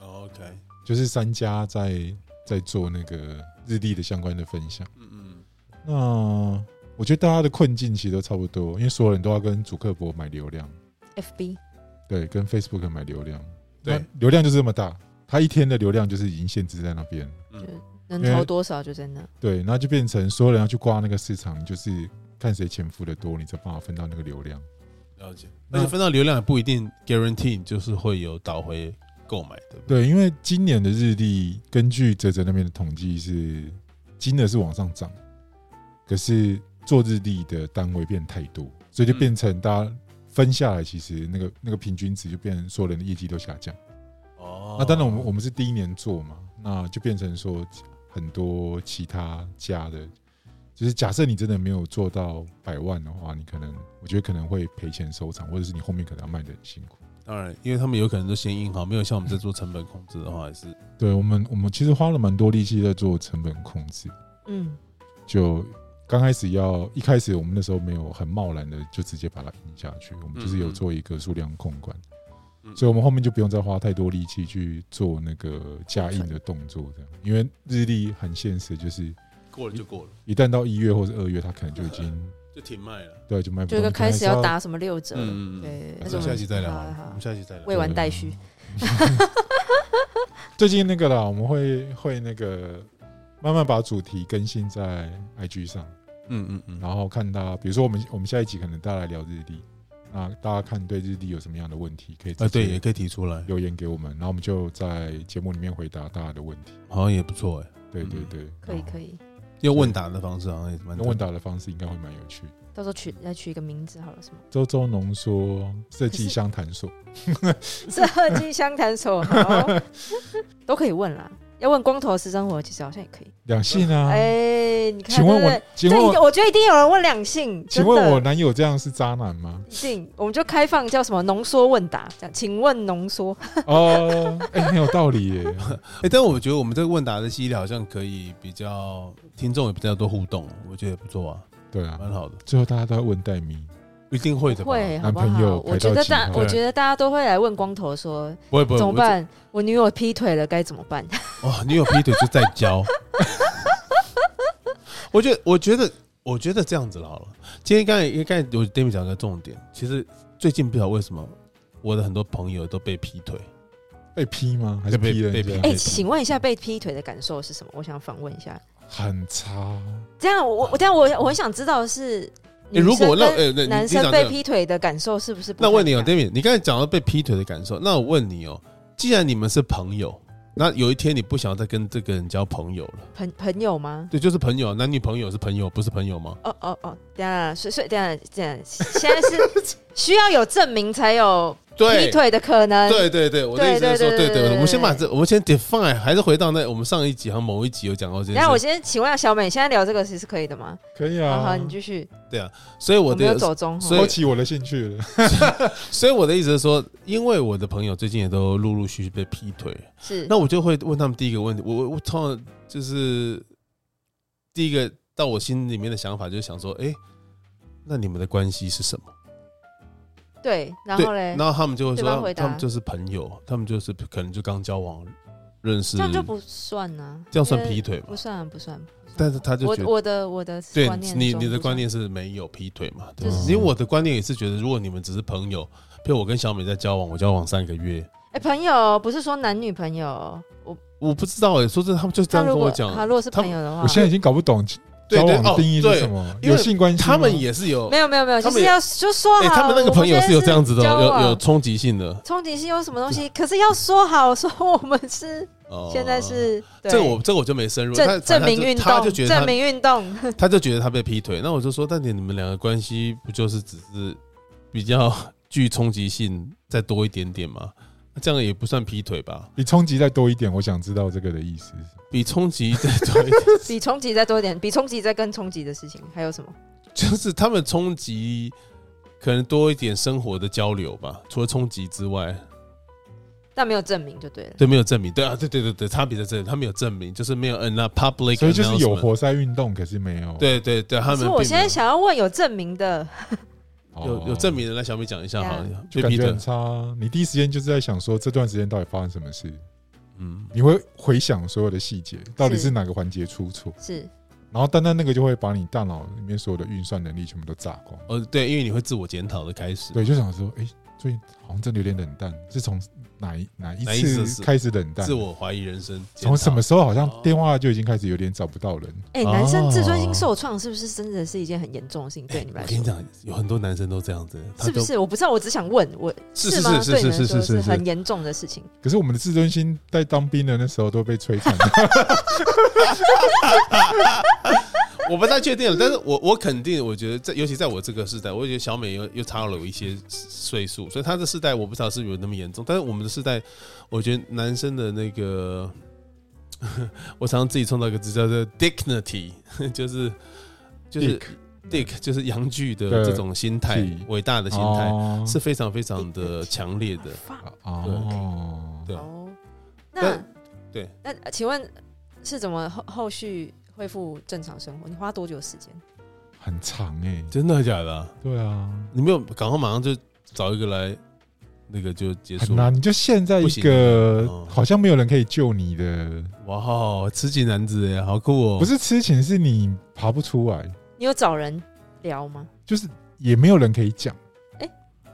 哦 OK，就是三家在在做那个日历的相关的分享。嗯嗯那我觉得大家的困境其实都差不多，因为所有人都要跟主客博买流量， FB 对，跟 Facebook 买流量，对那流量就是这么大，它一天的流量就是已经限制在那边，嗯能因为投多少就在那。对，那就变成所有人要去挂那个市场，就是看谁钱付的多，你才办法分到那个流量。了解。那但是分到流量也不一定 guarantee 就是会有导回购买，对不对？对，因为今年的日历根据泽泽那边的统计是金额是往上涨，可是做日历的单位变太多，所以就变成大家分下来，其实那个那个平均值就变成所有人的业绩都下降。哦那当然，我们我们是第一年做嘛，那就变成说很多其他家的，就是假设你真的没有做到百万的话，你可能我觉得可能会赔钱收场，或者是你后面可能要卖的很辛苦。当然，因为他们有可能都先印好，没有像我们在做成本控制的话，也是对我们，我们其实花了蛮多力气在做成本控制。嗯，就刚开始要一开始我们那时候没有很贸然的就直接把它印下去，我们就是有做一个数量控管，嗯所以我们后面就不用再花太多力气去做那个加印的动作，这样，因为日历很现实，就是过了就过了，一旦到一月或者二月，它可能就已 *laughs* 经就停卖了。对就卖不就动，个可能开还始是要打什么六折，嗯嗯嗯对，那那是种我下期再聊，啊好我好们下期再聊。未完待续。最近那个啦，我们会会那个慢慢把主题更新在 IG 上。嗯嗯嗯，然后看大家，比如说我们我们下一集可能大家来聊日历，那大家看对日历有什么样的问题，可以直啊，对，接也可以提出来，留言给我们，然后我们就在节目里面回答大家的问题。好像也不错哎。对对嗯对，可以可以。以，用问答的方式好像也蛮那问答的方式应该会蛮有趣。到时候取再取一个名字好了，什么周周浓缩设计相谈所，设计相谈所，好 *laughs* 都可以问啦。要问光头的私生活，其实好像也可以。两性啊？哎，你看，请问对不我对，请这问一定，我，我觉得一定有人问两性，请真的？问我男友这样是渣男吗一定，我们就开放叫什么浓缩问答，这样，请问浓缩，哦，哎，很有道理耶。哎，但我觉得我们这个问答的系列好像可以比较听众也比较多互动，我觉得也不错啊，对啊，蛮好的，最后大家都要问戴咪，一定会的吧。会好不男朋好友？我排觉到得几大，号我觉得大家都会来问光头说，不会不会，怎我么就？办？我女友劈腿了，该怎么办？哎哇，你有劈腿就再交。 *laughs* 我觉得，我觉得，我觉得这样子了好了。今天刚才，刚才我 d a m i 讲一个重点，其实最近不晓得为什么我的很多朋友都被劈腿，被劈吗？还是被劈人被劈家？哎、请问一下，被劈腿的感受是什么？我想访问一下。很差。这样，我我这样，我我很想知道的是哎诶女如果生那跟诶那你男你讲生被这个劈腿的感受是不是不太那一样？问你哦 d a m i 你刚才讲到被劈腿的感受，那我问你哦，既然你们是朋友，那有一天你不想再跟这个人交朋友了，朋朋友吗？对，就是朋友，男女朋友是朋友，不是朋友吗？哦哦哦，等一下，所以所以等一下等一下，现在是需要有证明才有 *laughs* 劈对。腿的可能。对对对，我的意思是说，对对对对对对，我们先把对这，我们先 define，还是回到那我们上一集和某一集有讲过这件等事。一下，我先请问一下小美，你现在聊这个其实是可以的吗？可以好啊，好，你继续。所以我没有的走中哦哈所以勾起我的兴趣了。所以我的意思是说，因为我的朋友最近也都陆陆续续被劈腿，是那我就会问他们第一个问题，我我我通常就是第一个到我心里面的想法就是想说，哎、那你们的关系是什么？对，然对后，嘞然，后他们就会对方说，回答他们就是朋友，他们就是可能就刚交往认识，这样就不算啊呢、嗯这样算因为劈腿吗不？算不算。但是他就我觉得。我的我的对观念你中你的不算观念是没有劈腿嘛？对就吧，是因为我的观念也是觉得，如果你们只是朋友，譬如我跟小美在交往，我交往三个月，哎、朋友不是说男女朋友，我我不知道哎、说真的，他们就是这他样如跟果我讲，他如果是他朋友的话，我现在已经搞不懂 *laughs* 对交对往的哦定义是对什么，因有为性关系吗？他们也是有没，有没有没有，哦他就们是也要就说哎，好，他们那个朋友是有这样子的我们哦，现在是有交有往冲击性的。憧憬是有什么东西，可是要说好，说我们是哦现在是对这个我这个我就没深入，证但证反正明运他就他就动，觉得证他明运动， *laughs* 他就觉得他被劈腿，那我就说，但你你们两个关系不就是只是比较 *laughs* 具冲击性再多一点点吗？那这样也不算劈腿吧？比冲击再多一点，我想知道这个的意思是什么。比冲击再多一点，比冲击再多一点，比冲击再更冲击的事情还有什么？ *laughs* 就是他们冲击可能多一点生活的交流吧，除了冲击之外，但没有证明就对了。对，没有证明，对啊，对对对对，差别在这里，他没有证明，就是没有 n 那 public，所以就是有 announcement 活塞运动，可是没有对对对，他们可是我并现没在有想要问有证明的，哦有有证明的，来小米讲一下好对了，就被感劈觉腿很，差啊。你第一时间就是在想说这段时间到底发生什么事，嗯，你会回想所有的细节，到底是是哪个环节出错，是然后单单那个就会把你大脑里面所有的运算能力全部都炸光。哦对，因为你会自我检讨的开始，对，就想说，哎，最近好像真的有点冷淡，是从哪一哪 *laughs* 哪一一次次是开始冷淡？自我怀疑人生，从什么检时候好像哦电话就已经开始有点找不到人？哎，哦男生自尊心受创是不是真的是一件很严重的事情？讨？对你我们来跟你说，讲，有很多男生都这样子，他是不都是？我不知道，我只想问，我是吗？是对是你们来是说是是是很是，严重的事情。可是我们的自尊心在当兵的那时候都被摧残， *laughs* 我不太确定了，但是我我肯定，我觉得在尤其在我这个世代，我觉得小美又又差了我一些岁数，所以她的世代我不知道是不是有那么严重，但是我们的世代，我觉得男生的那个，我常常自己创造一个字叫做 dignity，就是 *laughs* 就是 dick，就是洋剧的对这种心态是，伟大的心态、哦是非常非常的强烈的。 Fuck 哦，对哦，那但对，那呃请问是怎么后后续恢复正常生活？你花多久时间？很长哎、真的假的啊、对啊，你没有赶快马上就找一个来，那个就结束很。难。你就陷在一不行个哦好像没有人可以救你的，哇哦，痴情男子哎，好酷哦！不，是痴情，是你爬不出来，你有找人聊吗？就是也没有人可以讲，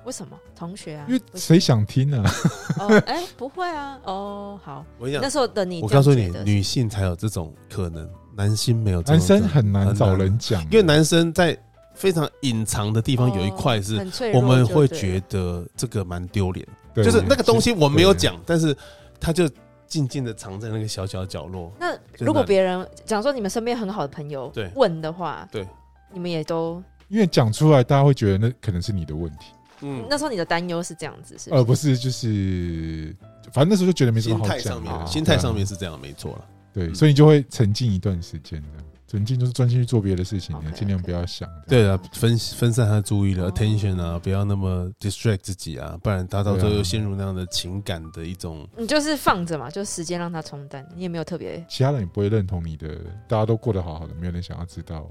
为什么？同学啊？因为不行谁想听啊？ *laughs* 哦，哎，不会啊。哦，好，我跟你那讲，时候的你，啊我告诉你，女女性才有这种可能，男性没有这男种可能。生很难找人讲，啊因为男生在非常隐藏的地方有一块是，哦很脆我弱，们会就对觉得这个蛮丢脸，对就是那个东西我没有对讲，但是他就静静的藏在那个小小角落。那真如果的别人讲说你们身边很好的朋友对问的话，对，你们也都因为讲出来，大家会觉得那可能是你的问题，嗯，呃那时候你的担忧是这样子，是不而是？不是就是，反正那时候就觉得没什么心好态讲上啊面，心态上对啊面是这样，没错了。对，啊嗯所以你就会沉浸一段时间的，沉浸就是专心去做别的事情，啊 OK，尽量不要想。这样，对啊，分分散他的注意力哦，attention 啊，不要那么 distract 自己啊，不然他到最后对啊又陷入那样的情感的一种。你就是放着嘛，就时间让它冲淡，你也没有特别其他人也不会认同你的，大家都过得好好的，没有人想要知道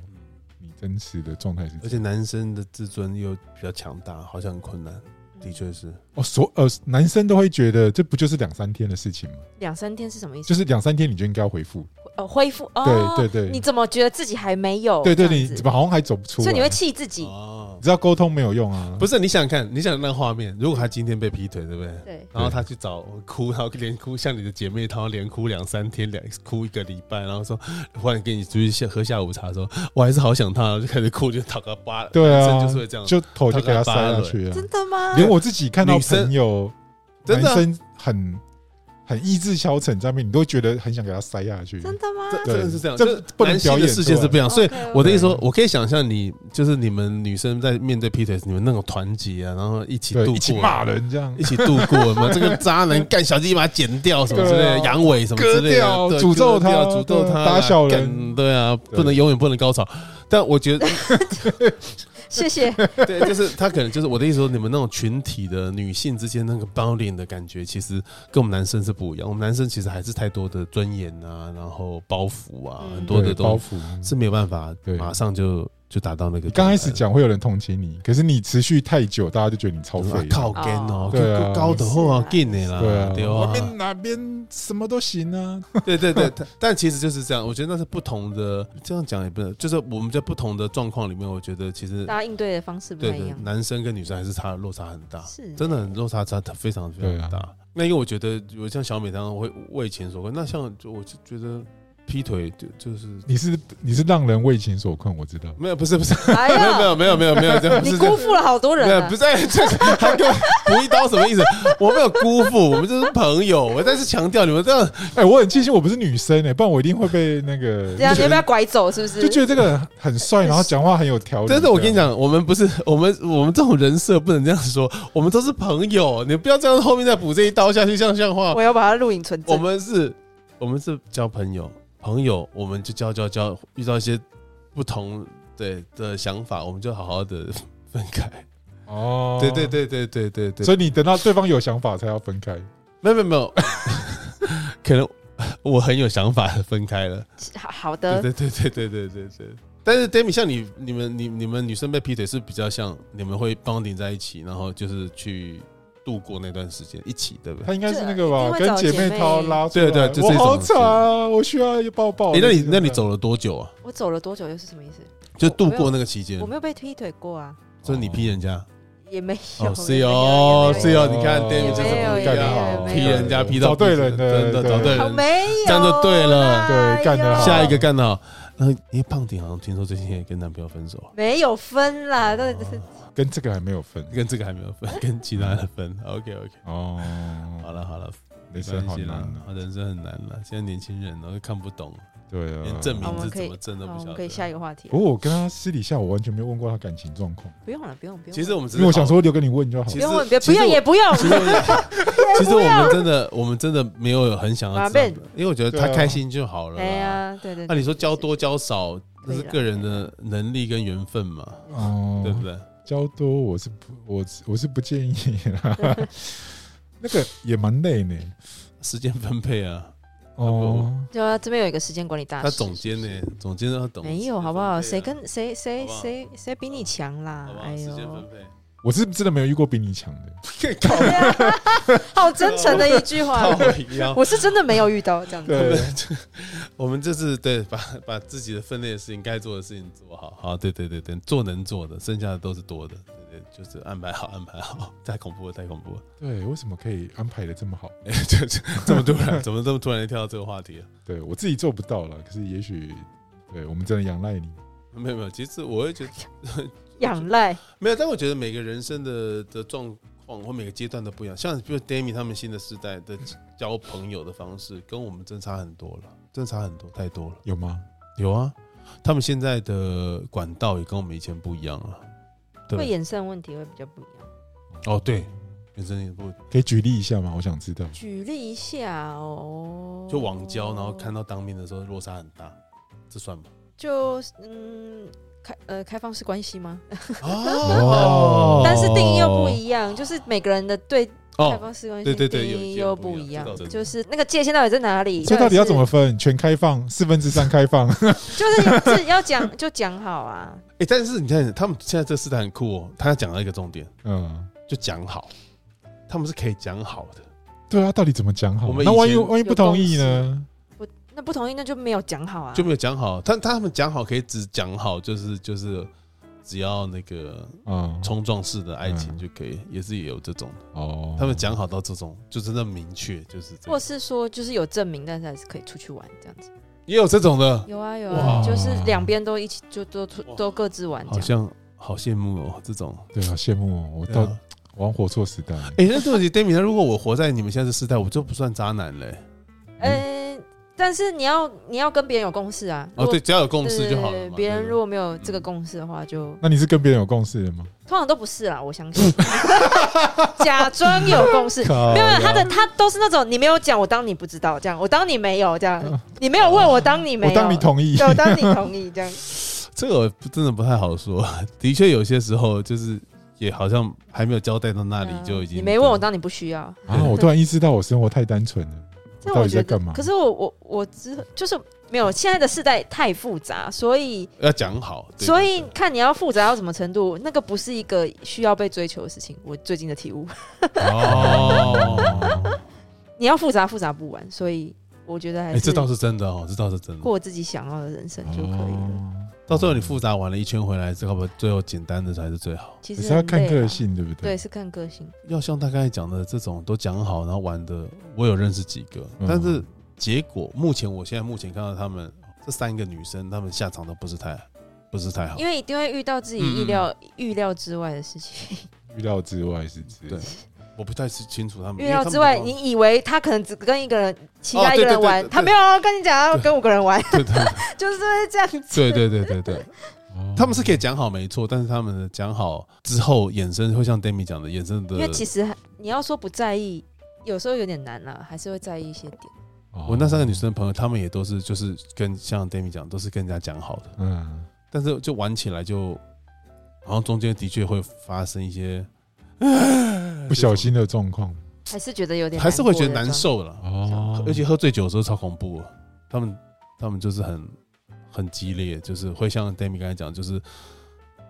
你真实的状态是怎而且样。男生的自尊又比较强大，好像很困难，嗯的确是。哦，所呃，男生都会觉得这不就是两三天的事情吗？两三天是什么意思？就是两三天你就应该要回复。呃恢复哦，对对对你怎么觉得自己还没有？对对，这样你子怎么好像还走不出来？所以你会气自己，哦你，知道沟通没有用啊？不是，是你想想看，你想那个画面，如果他今天被劈腿，对不对？对，然后他去找哭，然后连哭，像你的姐妹，她连哭两三天，两哭一个礼拜，然后说，忽然跟你出去下喝下午茶的时候，我还是好想他，然后就开始哭，就讨个巴，对男啊，生就是会这样，就头就给他塞下去啊。真的吗？连我自己看到女生朋友，真男的啊生很很意志消沉，在面你都觉得很想给他塞下去。真的啊吗？这对真的是这样，这就是不能男性表演的世界是不一样，所以 OK，OK 我的意思说，我可以想象你就是你们女生在面对劈腿，你们那种团结啊，然后一起对，度过，一起骂人这样一。起度过嘛，这个渣男干小鸡把他剪掉什么之类对的，啊阳痿什么之类割的，掉对诅咒割掉他诅咒对他，打小人干，对啊，对不能永远不能高潮。但我觉得， *laughs* 谢谢。对，就是他可能就是我的意思说，你们那种群体的女性之间那个 bonding 的感觉，其实跟我们男生是不一样。我们男生其实还是太多的尊严啊，然后包袱啊，嗯很多的对包都袱是没有办法对马上就就达到那个。你刚开始讲会有人同情你，可是你持续太久，大家就觉得你超我废。靠干哦，对啊高高的后啊，是干你啦，对啊，对外吧面哪边什么都行啊。对对对，但但其实就是这样。我觉得那是不同的，这样讲也不能，就是我们在不同的状况里面，我觉得其实大家应对的方式不对太一对样，，男生跟女生还是差落差很大，是真的很落差差非常非常大。对那因为我觉得，我像小美常常会为钱所困，那像就我就觉得劈腿就就是你是你是让人为情所困，我知道。没有，不是不是，哎 *laughs* 没有没呀，有没有没有没有，这 *laughs* 样不你是这辜样。负了好多人对，啊不，是， *laughs* 就是他给我补一刀什么意思？我没有辜负，我们就是朋友。我再次强调，你们这样哎，我很庆幸我不是女生哎，不然我一定会被那个啊这样你要不要拐走？是不是？就觉得这个人很 *laughs* 帅，然后讲话很有条理。真的，我跟你这样，讲，我们不是我们我们这种人设不能这样说，我们都是朋友，你不要这样后面再补这一刀下去，像像话我。要把它录影存哦我证。们是，我们是交朋友，朋友我们就交交交，遇到一些不同对的想法，我们就好好的分开。哦，对对，对对对对对，所以你等到对方有想法才要分开。没有没有没有， *laughs* 可能我很有想法的分开了。好好对的，对对对对对对对。但是 d a m i 像你、你们、你、你们女生被劈腿是比较像你们会帮顶在一起，然后就是去度过那段时间一起，对不对？他应该是那这个吧，一定会跟找姐妹淘拉出来。姐妹对对就我这种好惨啊，我需要抱抱。哎、那你那你走了多久啊？我走了多久又是什么意思？就度过那个期间我，没有被劈腿过啊，就是你劈人家也没有。哦，是哦也没有也没有是哦，你看 d a m i 也没有就是不一也没有样，好也没劈有人家劈到找对人了真的对找对好人，哦没有，哎这样就对了对干得好下一个干到，然后因为胖顶好像听说最近也跟男朋友分手啊，没有分啦，但哦是跟这个还没有分跟这个还没有分，跟其他的分，OK OK，哦。好了好了，人生好难啊，啊，人生很难了。现在年轻人都看不懂，对啊连。证好我明是们可以怎么证都好，不我晓们可以下得。啊哦一个话题不。过我跟他私底下，我完全没有问过他感情状况，不用了，不用，不用。其实我们因只是为我想好，说留给你问就好其不了。实用问，别其不实用我也不 *laughs* 用。其实 *laughs* 我其实我们真的我们真的没有很想要马知道笨，因为我觉啊得他开心就好了哎啦。呀，对对。那对你说教多教少，那可以是啦个人的能力跟缘分嘛，哦，对不对？较多我是不，我是我是不建议 *laughs* 啦，那个也蛮累呢。时间分配啊，哦，就啊这边有一个时间管理大师，他总监呢，总监都要懂。没有好不好？谁跟谁好谁不好谁谁比你强啦啊好不？好？哎时呦间，分 *laughs* 配，我是真的没有遇过比你强的。 *laughs* 对啊 *laughs* 好真诚的一句话，靠腰。我是真的没有遇到这 *laughs* 样子。对，我们就是对把把自己的分内的事情、该做的事情做好，好，对对对对，做能做的，剩下的都是多的，对对，就是安排好，安排好，太恐怖了，太恐怖了，对，为什么可以安排的这么好？哎，这这 *laughs* 这么突然，怎么这么突然就跳到这个话题了？ *laughs* 对我自己做不到了，可是也许，对我们真的仰赖你。没有没有，其实我会觉得仰赖没有，但我觉得每个人生的的状况或每个阶段都不一样，像比如 d a m i 他们新的时代的交朋友的方式，跟我们真差很多了，真差很多，太多了。有吗？有啊，他们现在的管道也跟我们以前不一样了。对会衍生问题会比较不一样。哦，对，原生也不可以举例一下吗？我想知道。举例一下哦，就网交，然后看到当面的时候落差很大，这算吗？就嗯开呃开放式关系吗？哦但是定义又不一样，就是每个人的对开 *laughs* 哦，放式关对系对的对定义有又一些不不一一样样这倒，是就是那个界限到底在哪里？所以到底要怎么或分？全开放，四分之三开放， *laughs* 者是？就是是要讲 *laughs* 就讲好啊，哎，但是你看他们现在这时代很酷哦，他讲到一个重点，嗯，就讲好，他们是可以讲好的。对啊，到底怎么讲好我？们那以万一前万一不同意有呢？那不同意那就没有讲好啊，就没有讲好，但他们讲好可以只讲好，就是就是只要那个啊，冲撞式的爱情嗯就可以，也是也有这种，哦，他们讲好到这种就真的明确，就是这或样是说就是有证明，但是还是可以出去玩这样子。也有这种的，有啊有哇啊，就是两边都一起就都出都各自玩这好样。像好羡慕哦，这种。对啊，羡慕哦，我对啊到玩火错时代了。哎、那对不起 d a m i 如果我活在你们现在这世代，我就不算渣男嘞、呃，但是你要你要跟别人有共识啊。哦，对，只要有共如果，识就好对了嘛。别人对嗯如果没有这个共识的话，就那你是跟别人有共识的吗？通常都不是啦，啊我相信。 *laughs* 假装有 *laughs* 共识，靠哦没有没有他的他都是那种你没有讲，我当你不知道这样，我当你没有这嗯样，你没有问我当你没我有，当你同意对，。我当你同意这样。这个不真的不太好说，的确有些时候就是也好像还没有交代到那里就已经、嗯啊你没问我，当你不需要。啊！我突然意识到我生活太单纯了，这样到我底觉在得干嘛可是我我我之就是没有，现在的世代太复杂，所以要讲好。对所以看你要复杂到什么程度，那个不是一个需要被追求的事情。我最近的体悟， *laughs* 哦，你要复杂复杂不完，所以我觉得还哎，这是倒是真的哦，这倒是真的。过自己想要的人生就可以了。哦到最后你复杂玩了一圈回来，这个不最后简单的才是最好。其可实是要很看累个啦，性，对不对，对？是看个性。要像他刚才讲的这种都讲好，然后玩的，我有认识几个，嗯但是结果目前我现在目前看到他们这三个女生，她们下场都不是太不是太好嗯因。为一定会遇到自己意料、预料之外的事 *laughs* 情，预料之外是指对我不太清楚他们预料之外，因为你以为他可能只跟一个人、其他一个对对人对玩对，他对没有哦跟你讲要跟五个人玩， *laughs* 他们 *laughs* 对就是会这样子。 *laughs* 对对对对对对，他们是可以讲好没错，但是他们的讲好之后衍生会像 Demi 讲的衍生的因，为其实还你要说不在意，有时候有点难啦，还是会在意一些点。哦我那三个女，生朋友，她们也都是就是跟像 Demi 讲，都是跟人家讲好的，嗯，但是就玩起来就，然后中间的确会发生一些 *sighs* 不小心的状况还是觉得有点，还是会觉得难。受了。哦而且喝醉酒的时候超恐怖的，他们他们就是很很激烈，就是会像 Demi 刚才讲，就是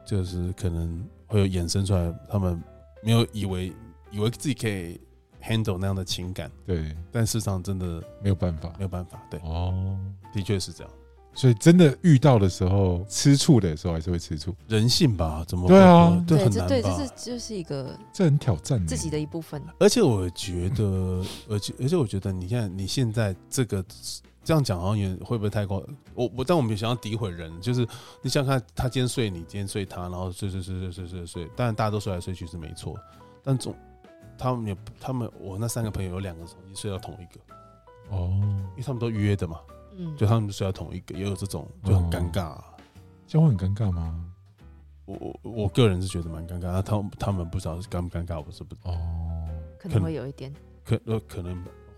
就是可能会有衍生出来，他们没有以为以为自己可以 handle 那样的情感，对但事实上真的没有办法没有办法。对，哦，的确是这样，所以真的遇到的时候，吃醋的时候还是会吃醋，人性吧？怎么对啊会对，很这难对这吧是？就是一个这很挑战欸自己的一部分。而且我觉得， *clears throat* 而且而且我觉得，你看你现在这个这样讲好像也会不会太过？我我但我没有想要诋毁人，就是你想想看，他今天睡你，今天睡他，然后睡睡睡睡睡睡睡，当然大家都睡来睡去是没错，但总他们也他们我那三个朋友有两个已经睡到同一个，哦，因为他们都预约的嘛，嗯，就他们睡到同一个，也有这种就很尴尬、这样会很尴尬吗？我我我个人是觉得蛮尴尬，那他们他们不知道是尴不尴尬，我是不哦，可可能能会有一 *laughs* 点。可呃可能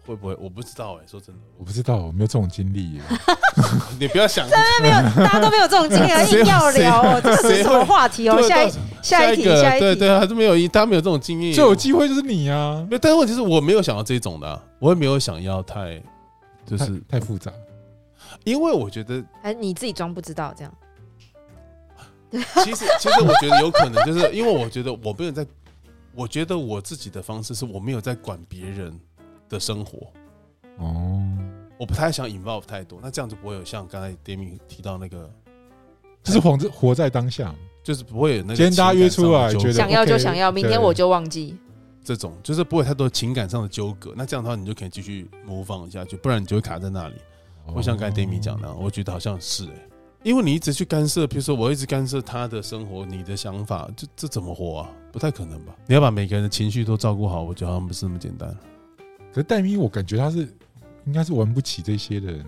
会不会我不知道哎、说真的， *laughs* 我不知道，我没有这种经历耶。你不要想没有，大家都没有这种经 *laughs* 历，还硬要聊哦，这是谁什么会话题哦？对下一到下一题，个下一对题。对，他是没有一，他没有这种经验，最有机会就是你啊，没有。但是问题是我没有想到这种的啊、我也没有想要太，就太是太复杂，因为我觉得还哎是你自己装不知道这样？其实 *laughs* 其实我觉得有可能，就是因为我觉得我没有在，我觉得我自己的方式是我没有在管别人的生活，哦，我不太想 involve 太多，那这样就不会有像刚才 d a m i 提到那个，就是活在活在当下，就是不会有那个今天大家约出来情觉得感上的纠葛想要就 OK，想要，明天对我就忘记。这种，就是不会有太多情感上的纠葛，那这样的话你就可以继续模仿一下去，不然你就会卡在那里。我像哦刚才 Demi 讲的，啊我觉得好像是哎、因为你一直去干涉，比如说我一直干涉他的生活，你的想法，这这怎么活啊？不太可能吧？你要把每个人的情绪都照顾好，我觉得好像不是那么简单。可是戴咪，我感觉他是应该是玩不起这些的人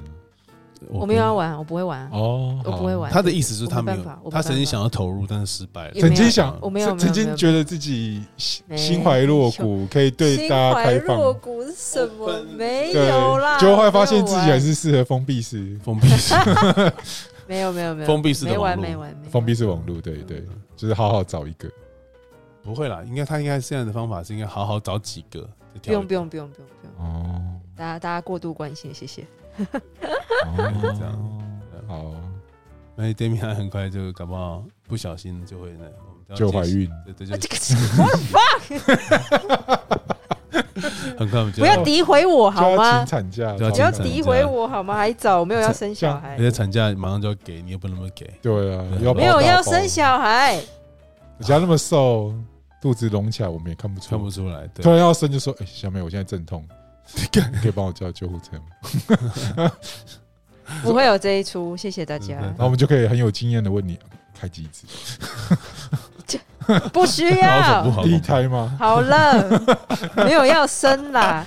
我没没有要有，玩，我不会玩，啊哦，我不会玩他的意思就是他没我没办法有，我没办他法曾经想要投入，但是失败了嗯也。曾没经有想，我没有曾没有曾没经有觉得自己心没心怀若谷，可以对大家开放，谷是什我本没对，就会发现自己还是适合封闭式，封闭式，没有没有没有封闭式的没网玩络没玩没玩封闭式网络， *laughs* 对对，就是好好找一个，不会啦，应该他应该现在的方法是应该好好找几个，就不挑一用个不用不用不用不用，哦，大家大家过度关心，谢谢。哦这样好，那 Demi 他很快就搞不好不小心就会那，我们要就怀解释，孕，对对，就啊这个是 what the fuck， *laughs* 很快我们就不要诋毁我就好要请吗？产假，就要不要请产诋毁我好吗？还早，没有要生小而哎孩，且产假马上就要给你，又不能不给。对啊，对要没有包大要包生，小孩，人家那么瘦，肚子隆起来，我们也看不出看。不出来，对突，然要生就说：“哎、小美，我现在阵 *laughs* 痛，你可以帮我叫救护车吗？”不会有这一出，谢谢大家嗯然。后我们就可以很有经验的问你开几 *laughs* 指？不需好恐怖，要，好第一恐怖。胎吗？好了，没有要生啦。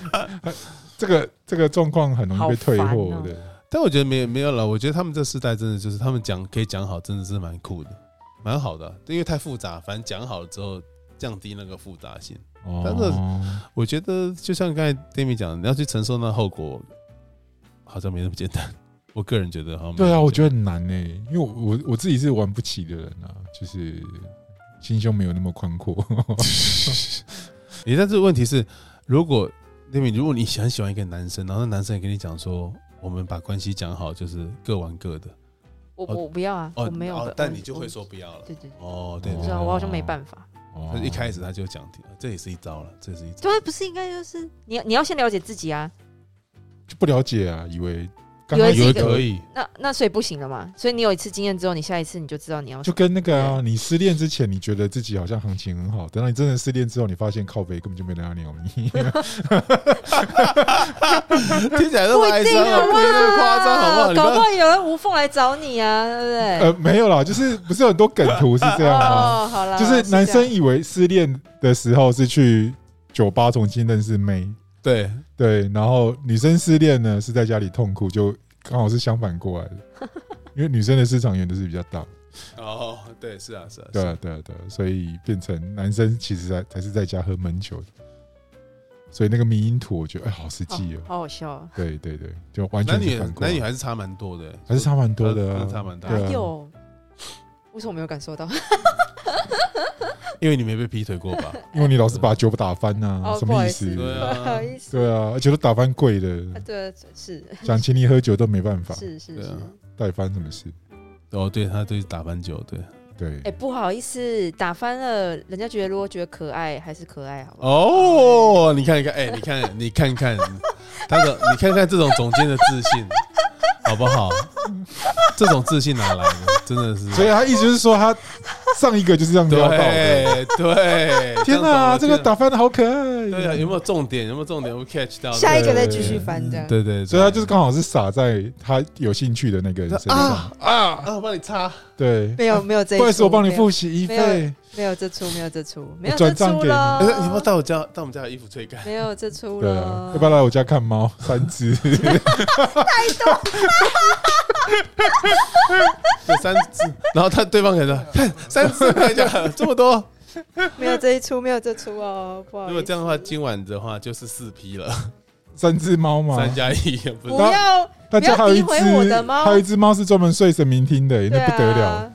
这个这个状况很容易被退货好烦哦的。但我觉得没有没有了，我觉得他们这世代真的就是他们讲可以讲好，真的是蛮酷的，蛮好的啊、因为太复杂，反正讲好了之后降低那个复杂性。哦真我觉得就像刚才 Demi 讲的，你要去承受那后果，好像没那么简单。 *laughs* 我个人觉得好像没对啊，那么我觉简得很难呢、因为我我我自己是玩不起的人啊，就是心胸没有那么宽 *laughs* 阔。单诶但是问题是，如果 Demi，如果你很喜欢一个男生，然后那男生也跟你讲说，我们把关系讲好，就是各玩各的。我哦我不要啊，哦，我没有哦的。但我你就我会说不要了。嗯对对对，哦，对，不对知哦道，我好像没办法。哦所以一开始他就讲停，这也是一招了，这也是一招。对，不是应该就是你要你要先了解自己啊。就不了解啊，以为刚以为刚自己有一可个以，那那所以不行了嘛。所以你有一次经验之后，你下一次你就知道你要就跟那个啊，你失恋之前你觉得自己好像行情很好，等到你真的失恋之后，你发现靠北根本就没人要鸟你。 *laughs* 听起来那不么一哀定伤啊，好不不好会那么夸张，好不好？你不搞不要好有人无缝来找你啊，对不对？ *laughs* 呃，没有啦，就是不是有很多梗图是这样吗？哦，好了，啊就是这样男生以为失恋的时候是去酒吧重新认识妹，对，对，然后女生失恋呢是在家里痛哭，就刚好是相反过来 *laughs* 的，因为女生的市场原则是比较大，哦，对，是啊，是啊，对啊，对啊，对啊，所以变成男生其实才才是在家喝闷酒的，所以那个迷因图我觉得哎好实际哦，好好笑哦，对对对，就完全男是女反过男女来，还是差蛮多的，还是差蛮多的真啊的差蛮大对啊哪有？为什么没有感受到？因为你没被劈腿过吧？因为你老是把酒打翻呐，哦什不好么意意思思？对不啊好意思，对啊，而且都打翻贵的， *laughs* 啊对，是想请你喝酒都没办法，是是对啊是，到底发生什么事？哦，对，他对打扮酒，对，对哎，，不好意思，打翻了，人家觉得如果觉得可爱，还是可爱好了。哦，你看一看，哎，你看，你看看他的，你看看这种总监的自信，好不好？这种自信哪来的？真的是，所以他意思就是说他上一个就是这 *laughs* 样撩到的。对对， *laughs* 天哪，哪，这个打翻的好可爱。对啊，有没有重点？有没有重点？有没有 catch 哦到？下一个再继续翻这样。对对，所以他就是刚好是撒在他有兴趣的那个人身上。啊啊！我帮你擦，对，没有没有这一不好意思，出我帮你没有付洗衣费。没有这出，没有这出，没我有转这账出给你了哎，你要不要到我家，到我们家的衣服吹干？没有这出对啊，了要不。要来我家看猫？三 *laughs* 只，有三 *laughs* 只，然后他对方给他看 *laughs* 三只，看一下 *laughs* 这么多。没有这一出，没有这出哦，不好意思。如果这样的话，今晚的话就是四批了，三只猫嘛。三加一不不是？要他家还有一不要诋毁我的只，猫还有一只猫是专门睡神明厅的，对那啊不得了。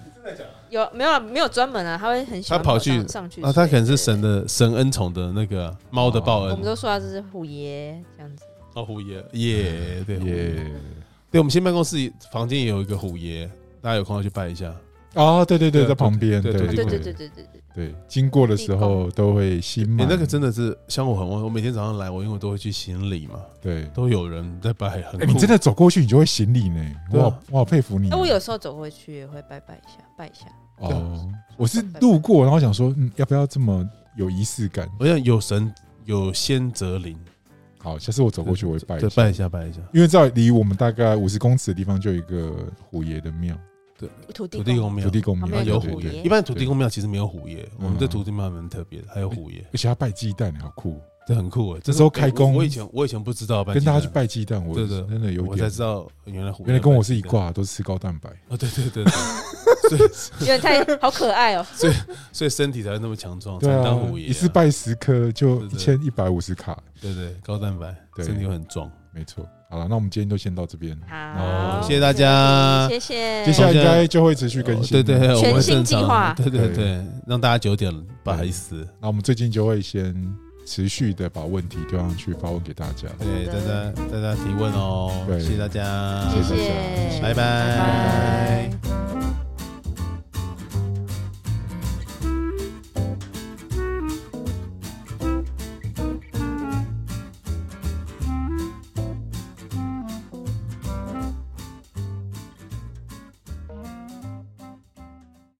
有没有啊没有专门啊？他会很喜欢他跑去上上去啊，他可能是睡神的神恩宠的那个猫的报对我们恩都说他这是虎爷这样子，哦，虎爷耶，对虎爷，耶！对我们新办公室房间也有一个虎爷，大家有空要去拜一下。哦，对对对，对在旁边，对啊对对对对对对对对，对，经过的时候都会心你满。欸那个真的是香火很旺，我每天早上来，我因为我都会去行礼嘛，对，都有人在拜，很哎，你酷真的走过去，你就会行礼呢。对啊我好我好佩服你哎，。我有时候走过去也会拜拜一下，拜一下。哦，我是路过，然后想说，嗯，要不要这么有仪式感？我想有神有仙则灵，好，下次我走过去我会拜对一下，拜一下拜一下。因为在离我们大概五十公尺的地方就有一个虎爷的庙，土地土 *laughs* 地公庙土地公旁庙边有对虎对爷对一般土地公庙其实没有虎爷，我们这土地庙蛮特别的，还有虎爷，而且他拜鸡蛋，好酷！这很酷哎。嗯这时候开工我以前我以前不知道，跟大家去，拜鸡蛋，我对对真的有我才点知，道原来虎爷原来跟我是一挂，都是吃高蛋白。哦，对对对 *laughs* 对，所以有点太好可爱 *laughs* 哦，所以身体才会那么强壮，才对能啊当虎，爷啊。一次拜十颗就对一对千一百五十卡，对对高蛋白，对身体会很壮。没错。好了，那我们今天就先到这边，好，谢谢大家谢谢，接下来应该就会持续更新。对对，我们全会新正计常划对对对对，让大家九点了，不好意思，那我们最近就会先持续的把问题丢上去发问给大家。对大家大家提问哦，对谢谢大家，谢谢谢，拜拜拜拜